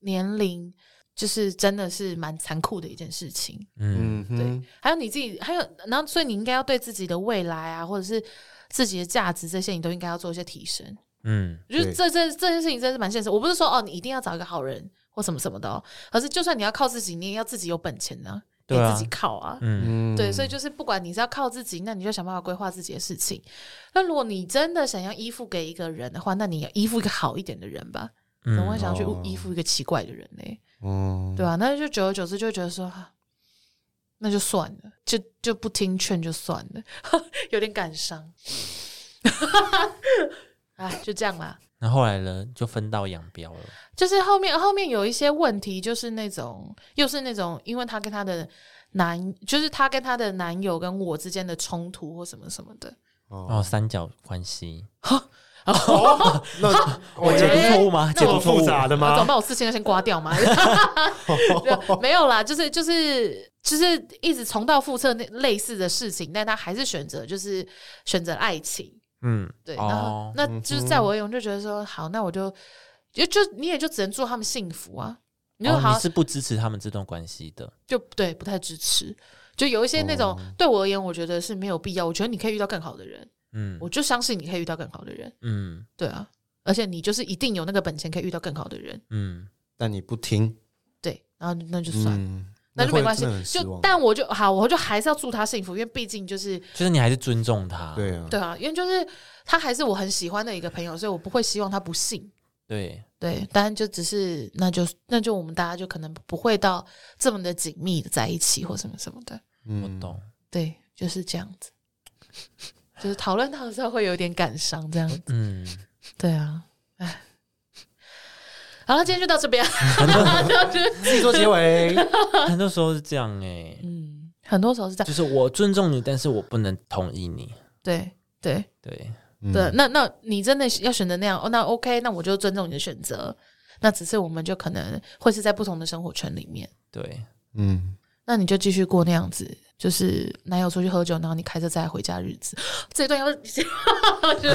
[SPEAKER 3] 年龄就是真的是蛮残酷的一件事情。
[SPEAKER 2] 嗯，
[SPEAKER 1] 嗯哼，
[SPEAKER 3] 还有你自己，还有然后，所以你应该要对自己的未来啊，或者是自己的价值这些，你都应该要做一些提升。
[SPEAKER 2] 嗯，
[SPEAKER 3] 我觉得
[SPEAKER 1] 对
[SPEAKER 3] 这这这件事情真是蛮现实。我不是说哦，你一定要找一个好人或什么什么的、哦，而是就算你要靠自己，你也要自己有本钱呢、
[SPEAKER 2] 对啊
[SPEAKER 3] 你自己靠啊。
[SPEAKER 2] 嗯，
[SPEAKER 1] 嗯，
[SPEAKER 3] 对，所以就是不管你是要靠自己，那你就想办法规划自己的事情。那如果你真的想要依附给一个人的话，那你要依附一个好一点的人吧，总会
[SPEAKER 2] 嗯，
[SPEAKER 3] 想要去
[SPEAKER 1] 哦
[SPEAKER 3] 依附一个奇怪的人呢、
[SPEAKER 1] 嗯，
[SPEAKER 3] 对吧、啊那就久而久之就会觉得说，啊那就算了，就就不听劝就算了， 有点感伤。 哎，就这样啦。
[SPEAKER 2] 那后来呢，就分道扬镳了，
[SPEAKER 3] 就是后面后面有一些问题，就是那种又是那种，因为她跟她的男，就是她跟她的男友跟我之间的冲突或什么什么的。
[SPEAKER 2] 哦，
[SPEAKER 1] 哦，
[SPEAKER 2] 三角关系，
[SPEAKER 1] 那
[SPEAKER 3] 哦
[SPEAKER 2] 我解
[SPEAKER 3] 哎
[SPEAKER 2] 读错误吗？解
[SPEAKER 1] 这
[SPEAKER 2] 读
[SPEAKER 1] 么
[SPEAKER 2] 错误
[SPEAKER 1] 复杂的
[SPEAKER 3] 那怎么
[SPEAKER 1] 吗？
[SPEAKER 3] 办？我事情要先刮 掉吗？没有啦，就是就是就是一直重蹈覆辙那类似的事情，但她还是选择就是选择爱情。
[SPEAKER 2] 嗯，
[SPEAKER 3] 对，然后、
[SPEAKER 2] 哦，
[SPEAKER 3] 那就是在我而言，我就觉得说，好，那我就就就你也就只能祝他们幸福啊。你就
[SPEAKER 2] 哦
[SPEAKER 3] 好
[SPEAKER 2] 你，是不支持他们这段关系的，
[SPEAKER 3] 就对不太支持。就有一些那种、
[SPEAKER 1] 哦
[SPEAKER 3] 对我而言，我觉得是没有必要。我觉得你可以遇到更好的人，
[SPEAKER 2] 嗯
[SPEAKER 3] 我就相信你可以遇到更好的人。
[SPEAKER 2] 嗯
[SPEAKER 3] 对啊，而且你就是一定有那个本钱可以遇到更好的人。
[SPEAKER 2] 嗯，
[SPEAKER 1] 但你不听，
[SPEAKER 3] 对，然后那就算了。
[SPEAKER 1] 嗯，
[SPEAKER 3] 那就没关系
[SPEAKER 1] 那会真的很。失
[SPEAKER 3] 就
[SPEAKER 1] 望
[SPEAKER 3] 但我就好，我就还是要祝他幸福，因为毕竟就是
[SPEAKER 2] 就是你还是尊重他，
[SPEAKER 1] 对啊，
[SPEAKER 3] 对啊，因为就是他还是我很喜欢的一个朋友，所以我不会希望他不幸。
[SPEAKER 2] 对
[SPEAKER 3] 对，当然就只是那就那就我们大家就可能不会到这么的紧密的在一起或什么什么的。
[SPEAKER 2] 我
[SPEAKER 1] 嗯，
[SPEAKER 2] 懂。
[SPEAKER 3] 对，就是这样子。就是讨论到的时候会有点感伤，这样子。
[SPEAKER 2] 嗯，
[SPEAKER 3] 对啊，哎，好了，今天就到这边。
[SPEAKER 1] 自己做结 尾。
[SPEAKER 2] 很多时候是这样哎、
[SPEAKER 3] 嗯，很多时候是这样。
[SPEAKER 2] 就是我尊重你，但是我不能同意你。
[SPEAKER 3] 对对
[SPEAKER 2] 对，
[SPEAKER 1] 嗯
[SPEAKER 3] 对，那那你真的要选择那样，哦，那 OK，那我就尊重你的选择。那只是我们就可能会是在不同的生活圈里面，
[SPEAKER 2] 对，
[SPEAKER 1] 嗯，
[SPEAKER 3] 那你就继续过那样子，就是男友出去喝酒，然后你开车再回家日子。 这一段要， 就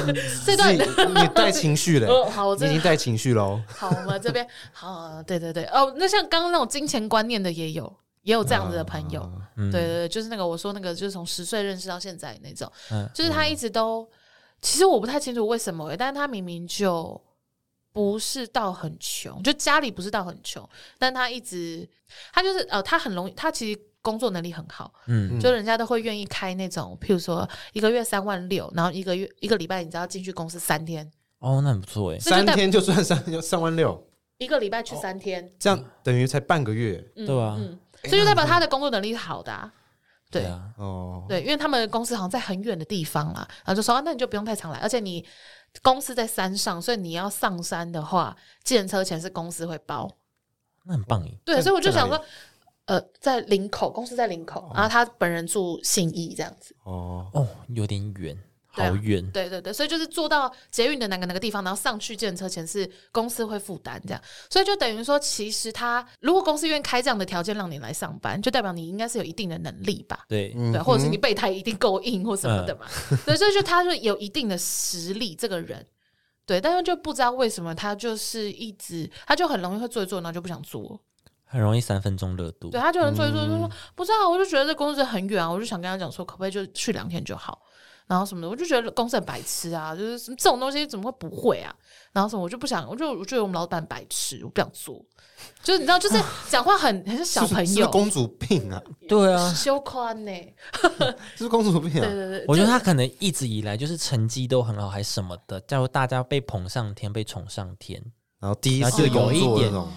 [SPEAKER 3] 是这段
[SPEAKER 1] 自 己你带情绪嘞，
[SPEAKER 3] 哦，好，我
[SPEAKER 1] 你已
[SPEAKER 3] 这
[SPEAKER 1] 经带情绪喽。
[SPEAKER 3] 好，我们这边好，对对对，哦，那像刚刚那种金钱观念的也有，也有这样子的朋友，
[SPEAKER 1] 啊
[SPEAKER 2] 嗯，
[SPEAKER 3] 对对对，就是那个我说那个，就是从十岁认识到现在那种，
[SPEAKER 2] 嗯
[SPEAKER 3] 就是他一直都，其实我不太清楚为什么、欸，但是他明明就不是到很穷，就家里不是到很穷，但他一直他就是呃，他很容易，他其实工作能力很好，
[SPEAKER 2] 嗯，
[SPEAKER 1] 嗯
[SPEAKER 3] 就人家都会愿意开那种，譬如说一个月三万六，然后一个月一个礼拜你只要进去公司三天，
[SPEAKER 2] 哦，那很不错哎、
[SPEAKER 3] 那就
[SPEAKER 1] 三
[SPEAKER 3] 代
[SPEAKER 1] 天就赚三 三万六，
[SPEAKER 3] 一个礼拜去三天，
[SPEAKER 1] 这样等于才半个月
[SPEAKER 3] 嗯
[SPEAKER 2] 对啊
[SPEAKER 3] 嗯，
[SPEAKER 1] 哎
[SPEAKER 3] 所以就代表他的工作能力是好的、啊。对
[SPEAKER 2] 啊，
[SPEAKER 1] 哦。
[SPEAKER 3] 对，因为他们的公司好像在很远的地方啦，然后就说、啊、那你就不用太常来，而且你公司在山上，所以你要上山的话，计程车钱是公司会包。
[SPEAKER 2] 那很棒哎。
[SPEAKER 3] 对，
[SPEAKER 1] 在
[SPEAKER 3] 所以我就想
[SPEAKER 1] 在哪
[SPEAKER 3] 说，呃，在林口，公司在林口，然后他本人住信义这样子。
[SPEAKER 1] 哦，
[SPEAKER 2] 哦，有点远，
[SPEAKER 3] 对啊
[SPEAKER 2] 好远、
[SPEAKER 3] 对对对，所以就是坐到捷运的哪个哪个地方，然后上去计程车钱是公司会负担这样，所以就等于说，其实他如果公司愿意开这样的条件让你来上班，就代表你应该是有一定的能力吧。
[SPEAKER 2] 对，
[SPEAKER 1] 嗯
[SPEAKER 3] 对，
[SPEAKER 1] 哼嗯
[SPEAKER 3] 或者是你备胎一定够硬或什么的嘛。对，所以就他就有一定的实力，这个人。对，但是就不知道为什么他就是一直，他就很容易会做一做，然后就不想做。
[SPEAKER 2] 很容易三分钟热度
[SPEAKER 3] 对，。啊他就很做一做，就
[SPEAKER 1] 嗯
[SPEAKER 3] 说不知道，我就觉得这公司很远啊，我就想跟他讲说，可不可以就去两天就好，然后什么的，我就觉得公司很白痴啊，就是什么这种东西怎么会不会啊？然后什么我就不想，我就我觉得我们老板白痴，我不想做。就是你知道，就是讲话很很像小
[SPEAKER 1] 是不
[SPEAKER 3] 朋
[SPEAKER 1] 是是不是
[SPEAKER 3] 友，
[SPEAKER 1] 公主病啊，
[SPEAKER 2] 对啊，
[SPEAKER 3] 羞宽呢。
[SPEAKER 1] 是不是公主病
[SPEAKER 3] 对
[SPEAKER 1] 啊，
[SPEAKER 3] 对对，
[SPEAKER 2] 我觉得
[SPEAKER 3] 就
[SPEAKER 2] 他可能一直以来就是成绩都很好，还什么的，叫大家被捧上天，被宠上天。
[SPEAKER 1] 然后第一
[SPEAKER 2] 然后就
[SPEAKER 1] 次
[SPEAKER 2] 有
[SPEAKER 1] 工
[SPEAKER 2] 一
[SPEAKER 1] 作那
[SPEAKER 2] 点
[SPEAKER 1] 种，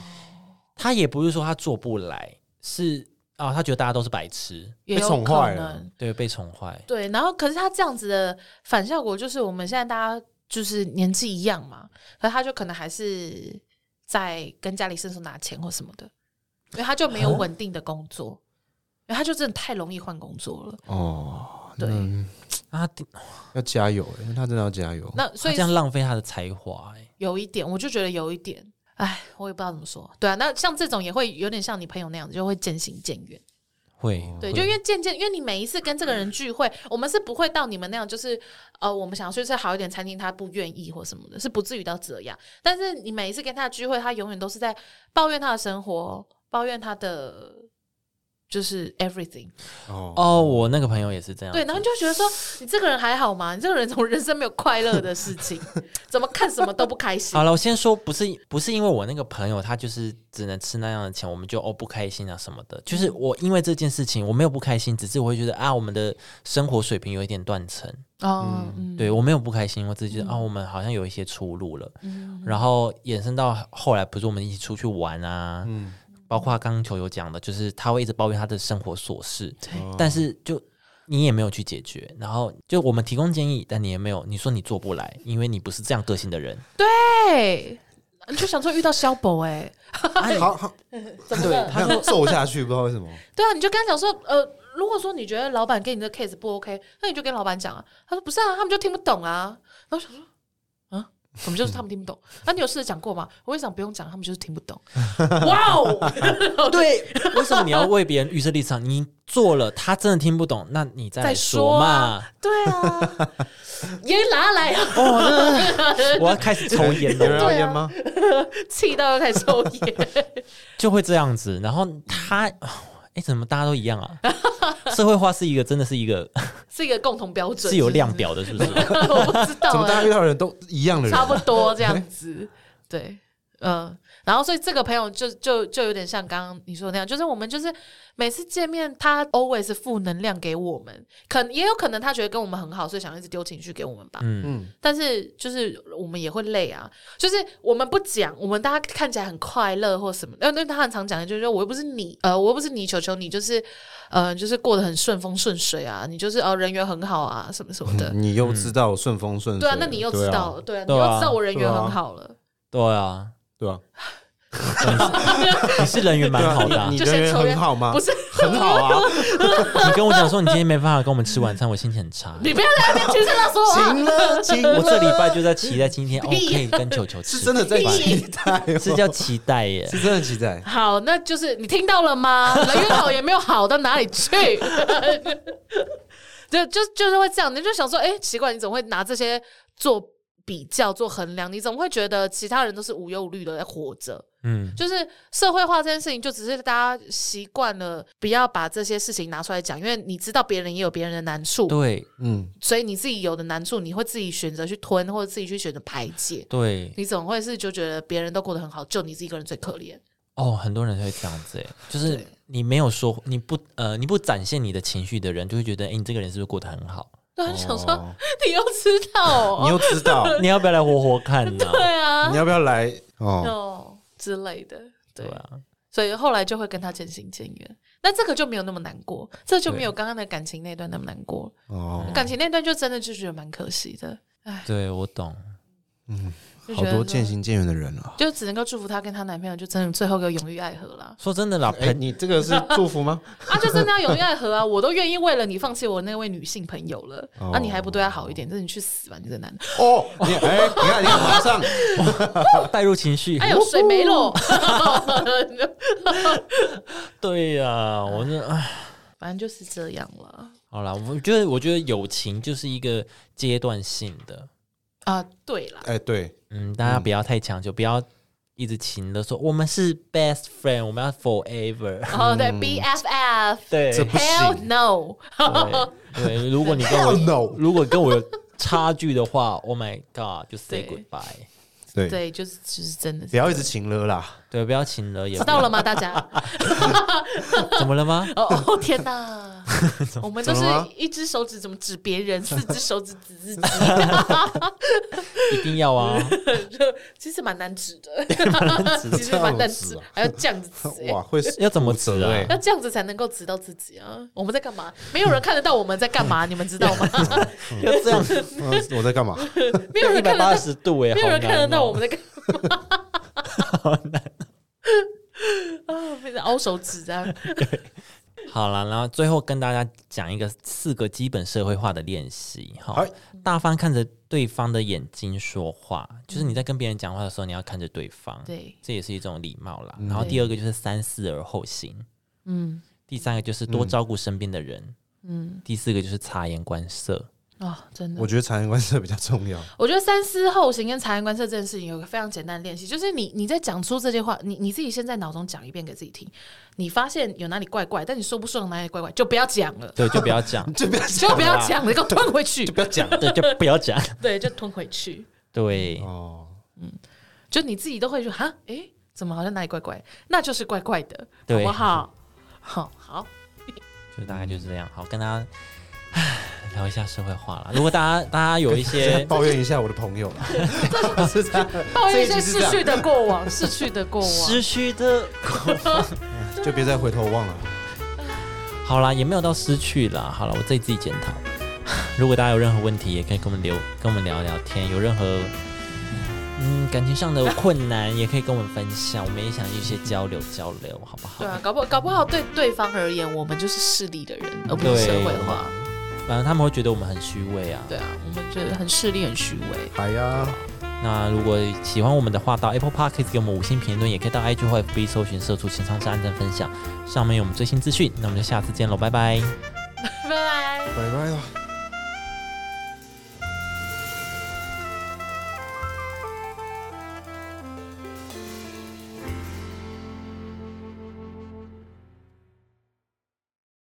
[SPEAKER 2] 他也不是说他做不来，是啊、他觉得大家都是白痴，
[SPEAKER 3] 也
[SPEAKER 1] 被
[SPEAKER 3] 有
[SPEAKER 1] 宠
[SPEAKER 3] 可
[SPEAKER 1] 坏了
[SPEAKER 3] 能。
[SPEAKER 2] 对，被宠坏。
[SPEAKER 3] 对，然后可是他这样子的反效果就是，我们现在大家就是年纪一样嘛，可是他就可能还是在跟家里伸手拿钱或什么的，因为他就
[SPEAKER 2] 啊
[SPEAKER 3] 没有稳定的工作，因为他就真的太容易换工作了。
[SPEAKER 1] 哦，
[SPEAKER 3] 对
[SPEAKER 1] 嗯
[SPEAKER 2] 啊，
[SPEAKER 1] 要加油欸，因为他真的要加油。
[SPEAKER 3] 那所
[SPEAKER 2] 他
[SPEAKER 3] 以
[SPEAKER 2] 这样浪费他的才华、欸，
[SPEAKER 3] 有一点，我就觉得有一点，哎，我也不知道怎么说。对啊，那像这种也会有点像你朋友那样子，就会渐行渐远。
[SPEAKER 2] 会，
[SPEAKER 3] 对，
[SPEAKER 2] 会
[SPEAKER 3] 就因为渐渐，因为你每一次跟这个人聚会，我们是不会到你们那样，就是呃，我们想要去吃好一点餐厅，他不愿意或什么的，是不至于到这样。但是你每一次跟他的聚会，他永远都是在抱怨他的生活，抱怨他的就是 everything。
[SPEAKER 1] 哦，
[SPEAKER 2] 哦，我那个朋友也是这样，
[SPEAKER 3] 对，然后你就觉得说，你这个人还好吗？你这个人怎么人生没有快乐的事情？ 怎么看什么都不开心
[SPEAKER 2] 好？了，我先说，不是不是因为我那个朋友他就是只能吃那样的钱，我们就哦不开心啊什么的。就是我因为这件事情我没有不开心，只是我会觉得啊我们的生活水平有一点断层。
[SPEAKER 3] 哦，嗯，
[SPEAKER 2] 对我没有不开心，我只是觉得啊我们好像有一些出路了。
[SPEAKER 3] 嗯，
[SPEAKER 2] 然后衍生到后来，不是我们一起出去玩啊，
[SPEAKER 1] 嗯，
[SPEAKER 2] 包括刚刚球友讲的，就是他会一直抱怨他的生活琐事，
[SPEAKER 3] 对
[SPEAKER 1] 哦
[SPEAKER 2] 但是就。你也没有去解决，然后就我们提供建议，但你也没有，你说你做不来，因为你不是这样个性的人，
[SPEAKER 3] 对，你哎就想说遇到萧博哎、
[SPEAKER 1] 好好，
[SPEAKER 3] 怎么
[SPEAKER 1] 对
[SPEAKER 3] 了，？
[SPEAKER 1] 他想揍下去，不知道为什么。
[SPEAKER 3] 对啊，你就跟他讲说，呃，如果说你觉得老板给你的 case 不 OK，那你就跟老板讲啊。他说不是啊，他们就听不懂啊。然后我想说，啊，什么就是他们听不懂？ 啊那、你有试着讲过吗？我跟你讲，不用讲，他们就是听不懂。哇哦，
[SPEAKER 2] 对，为什么你要为别人预设立场？你做了，他真的听不懂，那你再来
[SPEAKER 3] 再说
[SPEAKER 2] 嘛。
[SPEAKER 3] 对啊，烟拿来啊，
[SPEAKER 2] 我要开始抽烟
[SPEAKER 1] 有人
[SPEAKER 2] 了，
[SPEAKER 1] 要烟吗？
[SPEAKER 3] 气到要开始抽烟。
[SPEAKER 2] 就会这样子。然后他，哎，怎么大家都一样 啊？社会化是一个，真的是一个
[SPEAKER 3] 是一个共同标准，
[SPEAKER 2] 是有啊量
[SPEAKER 3] 是
[SPEAKER 2] 表的，是不是？
[SPEAKER 3] 不是，我不知道、
[SPEAKER 1] 怎么大家
[SPEAKER 3] 啊
[SPEAKER 1] 遇，到的人都一样的人？
[SPEAKER 3] 差不多这样子。对，嗯，然后所以这个朋友就就就有点像刚刚你说的那样，就是我们就是每次见面，他 always 负能量给我们，可也有可能他觉得跟我们很好，所以想一直丢情绪给我们吧。
[SPEAKER 2] 嗯，
[SPEAKER 1] 嗯，
[SPEAKER 3] 但是就是我们也会累啊，就是我们不讲，我们大家看起来很快乐或什么，呃，那他很常讲的就是说我又不是你，呃，我又不是你，球球你就是，呃，就是过得很顺风顺水啊，你就是呃人缘很好啊，什么什么的。
[SPEAKER 1] 你又知道顺风顺水，
[SPEAKER 3] 对啊，那你又知道，对啊，你
[SPEAKER 2] 对啊
[SPEAKER 3] 又知道我人缘
[SPEAKER 1] 对啊
[SPEAKER 3] 很好了，
[SPEAKER 2] 对啊，
[SPEAKER 1] 对啊，
[SPEAKER 2] 你是人缘蛮好的、啊，
[SPEAKER 1] 你
[SPEAKER 2] 你
[SPEAKER 1] 你
[SPEAKER 3] 就
[SPEAKER 1] 人
[SPEAKER 3] 先
[SPEAKER 1] 缘
[SPEAKER 3] 抽
[SPEAKER 1] 很
[SPEAKER 3] 烟
[SPEAKER 1] 好吗？
[SPEAKER 3] 不是
[SPEAKER 1] 很好啊，
[SPEAKER 2] 跟我讲说你今天没办法跟我们吃晚餐，我心情很 差。欸
[SPEAKER 3] 你不要在那边举手乱说话。
[SPEAKER 1] 行了，行了，
[SPEAKER 2] 我这礼拜就在期待今 天哦，可
[SPEAKER 3] 屁
[SPEAKER 2] 以跟球球吃
[SPEAKER 1] 是
[SPEAKER 2] 饭，
[SPEAKER 1] 真的在期待哦，
[SPEAKER 2] 是叫期待 耶。
[SPEAKER 1] 是真的期待。
[SPEAKER 3] 好，那就是你听到了吗？人缘好也没有好到哪里去， 就就就是会这样，你就想说，哎、奇怪，你怎么会拿这些做比较、做衡量？你怎么会觉得其他人都是无忧无虑的在活着？
[SPEAKER 2] 嗯，
[SPEAKER 3] 就是社会化这件事情，就只是大家习惯了，不要把这些事情拿出来讲，因为你知道别人也有别人的难处，
[SPEAKER 2] 对
[SPEAKER 1] 嗯，
[SPEAKER 3] 所以你自己有的难处，你会自己选择去吞，或者自己去选择排解。
[SPEAKER 2] 对，
[SPEAKER 3] 你怎么会是就觉得别人都过得很好，就你自己一个人最可怜？
[SPEAKER 2] 哦，很多人会这样子耶，就是
[SPEAKER 3] 对
[SPEAKER 2] 你没有说，你不呃，你不展现你的情绪的人，就会觉得，哎、你这个人是不是过得很好？
[SPEAKER 3] 对啊，想说、
[SPEAKER 1] 哦
[SPEAKER 3] 你又知道、哦，
[SPEAKER 1] 你又知道，
[SPEAKER 2] 你要不要来活活看呢、
[SPEAKER 3] 对啊
[SPEAKER 1] 你，要不要来？哦，
[SPEAKER 3] 哦之类的，对
[SPEAKER 2] 对啊，
[SPEAKER 3] 所以后来就会跟他渐行渐远。那这个就没有那么难过，这就没有刚刚的感情那段那么难过。
[SPEAKER 1] 哦，
[SPEAKER 3] 感情那段就真的就觉得蛮可惜的，
[SPEAKER 2] 对我懂。
[SPEAKER 3] 就
[SPEAKER 1] 好
[SPEAKER 3] 觉得
[SPEAKER 1] 多
[SPEAKER 3] 说
[SPEAKER 1] 渐，行渐远的人啊。
[SPEAKER 3] 就只能够祝福她跟她男朋友就真的最后给我永浴爱 河啦。
[SPEAKER 2] 说真的啦，
[SPEAKER 1] 哎、
[SPEAKER 2] 朋、
[SPEAKER 1] 你这个是祝福吗？
[SPEAKER 3] 啊，就真的要永浴爱河啊！我都愿意为了你放弃我那位女性朋友了，
[SPEAKER 1] 哦
[SPEAKER 3] 啊，你还不对她好一点，那你去死吧，你这男的！
[SPEAKER 1] 哦，你哎、你看，你看，马上，
[SPEAKER 2] 带入情绪。
[SPEAKER 3] 哎呦，水 没 了。
[SPEAKER 2] 对呀、我是哎，
[SPEAKER 3] 反正就是这样了
[SPEAKER 2] 好啦，我觉得我觉得友情就是一个阶段性的，
[SPEAKER 3] 啊，对啦，
[SPEAKER 1] 哎、对，
[SPEAKER 2] 嗯，大家不要太强求，不要一直情的说我们是 best friend，我们 要 forever。
[SPEAKER 3] 然后对 BFF，
[SPEAKER 2] 对
[SPEAKER 1] 这不
[SPEAKER 3] ，Hell
[SPEAKER 1] 行
[SPEAKER 3] no！
[SPEAKER 2] 对对，如果你跟我
[SPEAKER 1] ，Hell no，
[SPEAKER 2] 如果跟我有差距的话，Oh my God，就 say
[SPEAKER 3] 对
[SPEAKER 2] goodbye。
[SPEAKER 1] 对，
[SPEAKER 3] 对，就是就是真的
[SPEAKER 1] 不，要一直情了啦，
[SPEAKER 2] 对，不要情了，也
[SPEAKER 3] 知
[SPEAKER 2] 不
[SPEAKER 3] 道了吗？大家？
[SPEAKER 2] 怎么了吗？
[SPEAKER 3] 哦哦天哪！我们都是
[SPEAKER 1] 怎么了吗
[SPEAKER 3] 一只手指怎么指别人，四只手指指自己，
[SPEAKER 2] 一定要啊！
[SPEAKER 3] 就其实蛮难指的，其实蛮难指
[SPEAKER 1] 这样子啊，
[SPEAKER 3] 还要这样子指。欸
[SPEAKER 1] 哇，会
[SPEAKER 2] 要怎么指啊
[SPEAKER 1] 哎
[SPEAKER 3] 要这样子才能够指到自己啊！我们在干嘛？没有人看得到我们在干嘛，你们知道吗？
[SPEAKER 2] 要这样
[SPEAKER 1] 嗯我在干嘛？
[SPEAKER 3] 没有
[SPEAKER 2] 一百
[SPEAKER 3] 人看得
[SPEAKER 2] 八
[SPEAKER 3] 到，
[SPEAKER 2] 十度哎，
[SPEAKER 3] 没有人
[SPEAKER 2] 好
[SPEAKER 3] 看得
[SPEAKER 2] 难
[SPEAKER 3] 到
[SPEAKER 2] 哦
[SPEAKER 3] 我们在干嘛。好难 啊！变成凹手指这样。
[SPEAKER 2] 好了，然后最后跟大家讲一个四个基本社会化的练习哈
[SPEAKER 1] 好。
[SPEAKER 2] 大方看着对方的眼睛说话，就是你在跟别人讲话的时候，你要看着对方，
[SPEAKER 3] 对，
[SPEAKER 2] 这也是一种礼貌啦。然后第二个就是三思而后行，
[SPEAKER 3] 嗯
[SPEAKER 2] 第三个就是多照顾身边的人，
[SPEAKER 3] 嗯，
[SPEAKER 2] 第四个就是察言观色。
[SPEAKER 3] 啊，真的
[SPEAKER 1] 我。觉得察言观色比较重要。，
[SPEAKER 3] 我觉得三思后行跟察言观色这件事情有个非常简单的练习，就是你你在讲出这些话，你你自己先在脑中讲一遍给自己听，你发现有哪里怪怪，但你说不出来哪里怪怪，就不要讲了，
[SPEAKER 2] 对，就不要讲
[SPEAKER 1] 就不要
[SPEAKER 3] 就
[SPEAKER 1] 讲，
[SPEAKER 3] 不要讲了，给我吞回去，
[SPEAKER 1] 不要讲
[SPEAKER 2] 对，就不要讲，
[SPEAKER 3] 对，就吞回去，
[SPEAKER 2] 对，
[SPEAKER 1] 哦，
[SPEAKER 3] 就你自己都会说哈，诶，怎么好像哪里怪怪，那就是怪怪的，好
[SPEAKER 2] 对
[SPEAKER 3] 不好？好好，
[SPEAKER 2] 就大概就是这样。好，跟大家唉聊一下社会化了。如果大家大家有一些
[SPEAKER 1] 抱怨一下我的朋友啦，是这样，
[SPEAKER 3] 抱怨一
[SPEAKER 1] 这
[SPEAKER 3] 些
[SPEAKER 1] 集是
[SPEAKER 3] 逝
[SPEAKER 1] 这样
[SPEAKER 3] 去的过往，逝去的过往，
[SPEAKER 2] 失去的
[SPEAKER 1] 就别再回头望了。
[SPEAKER 2] 好啦，也没有到失去啦。好了，我再自己检讨。 如果大家有任何问题，也可以跟我们留，跟我们聊聊天。有任何嗯感情上的困难，也可以跟我们分享，我们也想一些交流交流，好不好
[SPEAKER 3] 对？啊，搞不搞不好对对方而言，我们就是势利的人，而不是社会化。
[SPEAKER 2] 反正他们会觉得我们很虚伪啊。
[SPEAKER 3] 对啊，我们觉得很势利、很虚伪。
[SPEAKER 1] 哎呀，
[SPEAKER 2] 那如果喜欢我们的话，到 Apple Podcast 给我们五星评论，也可以到 IG 或 FB 搜寻“社畜情商”是按赞分享，上面有我们最新资讯。那我们就下次见喽，拜拜。
[SPEAKER 3] 拜拜。
[SPEAKER 1] 拜拜了。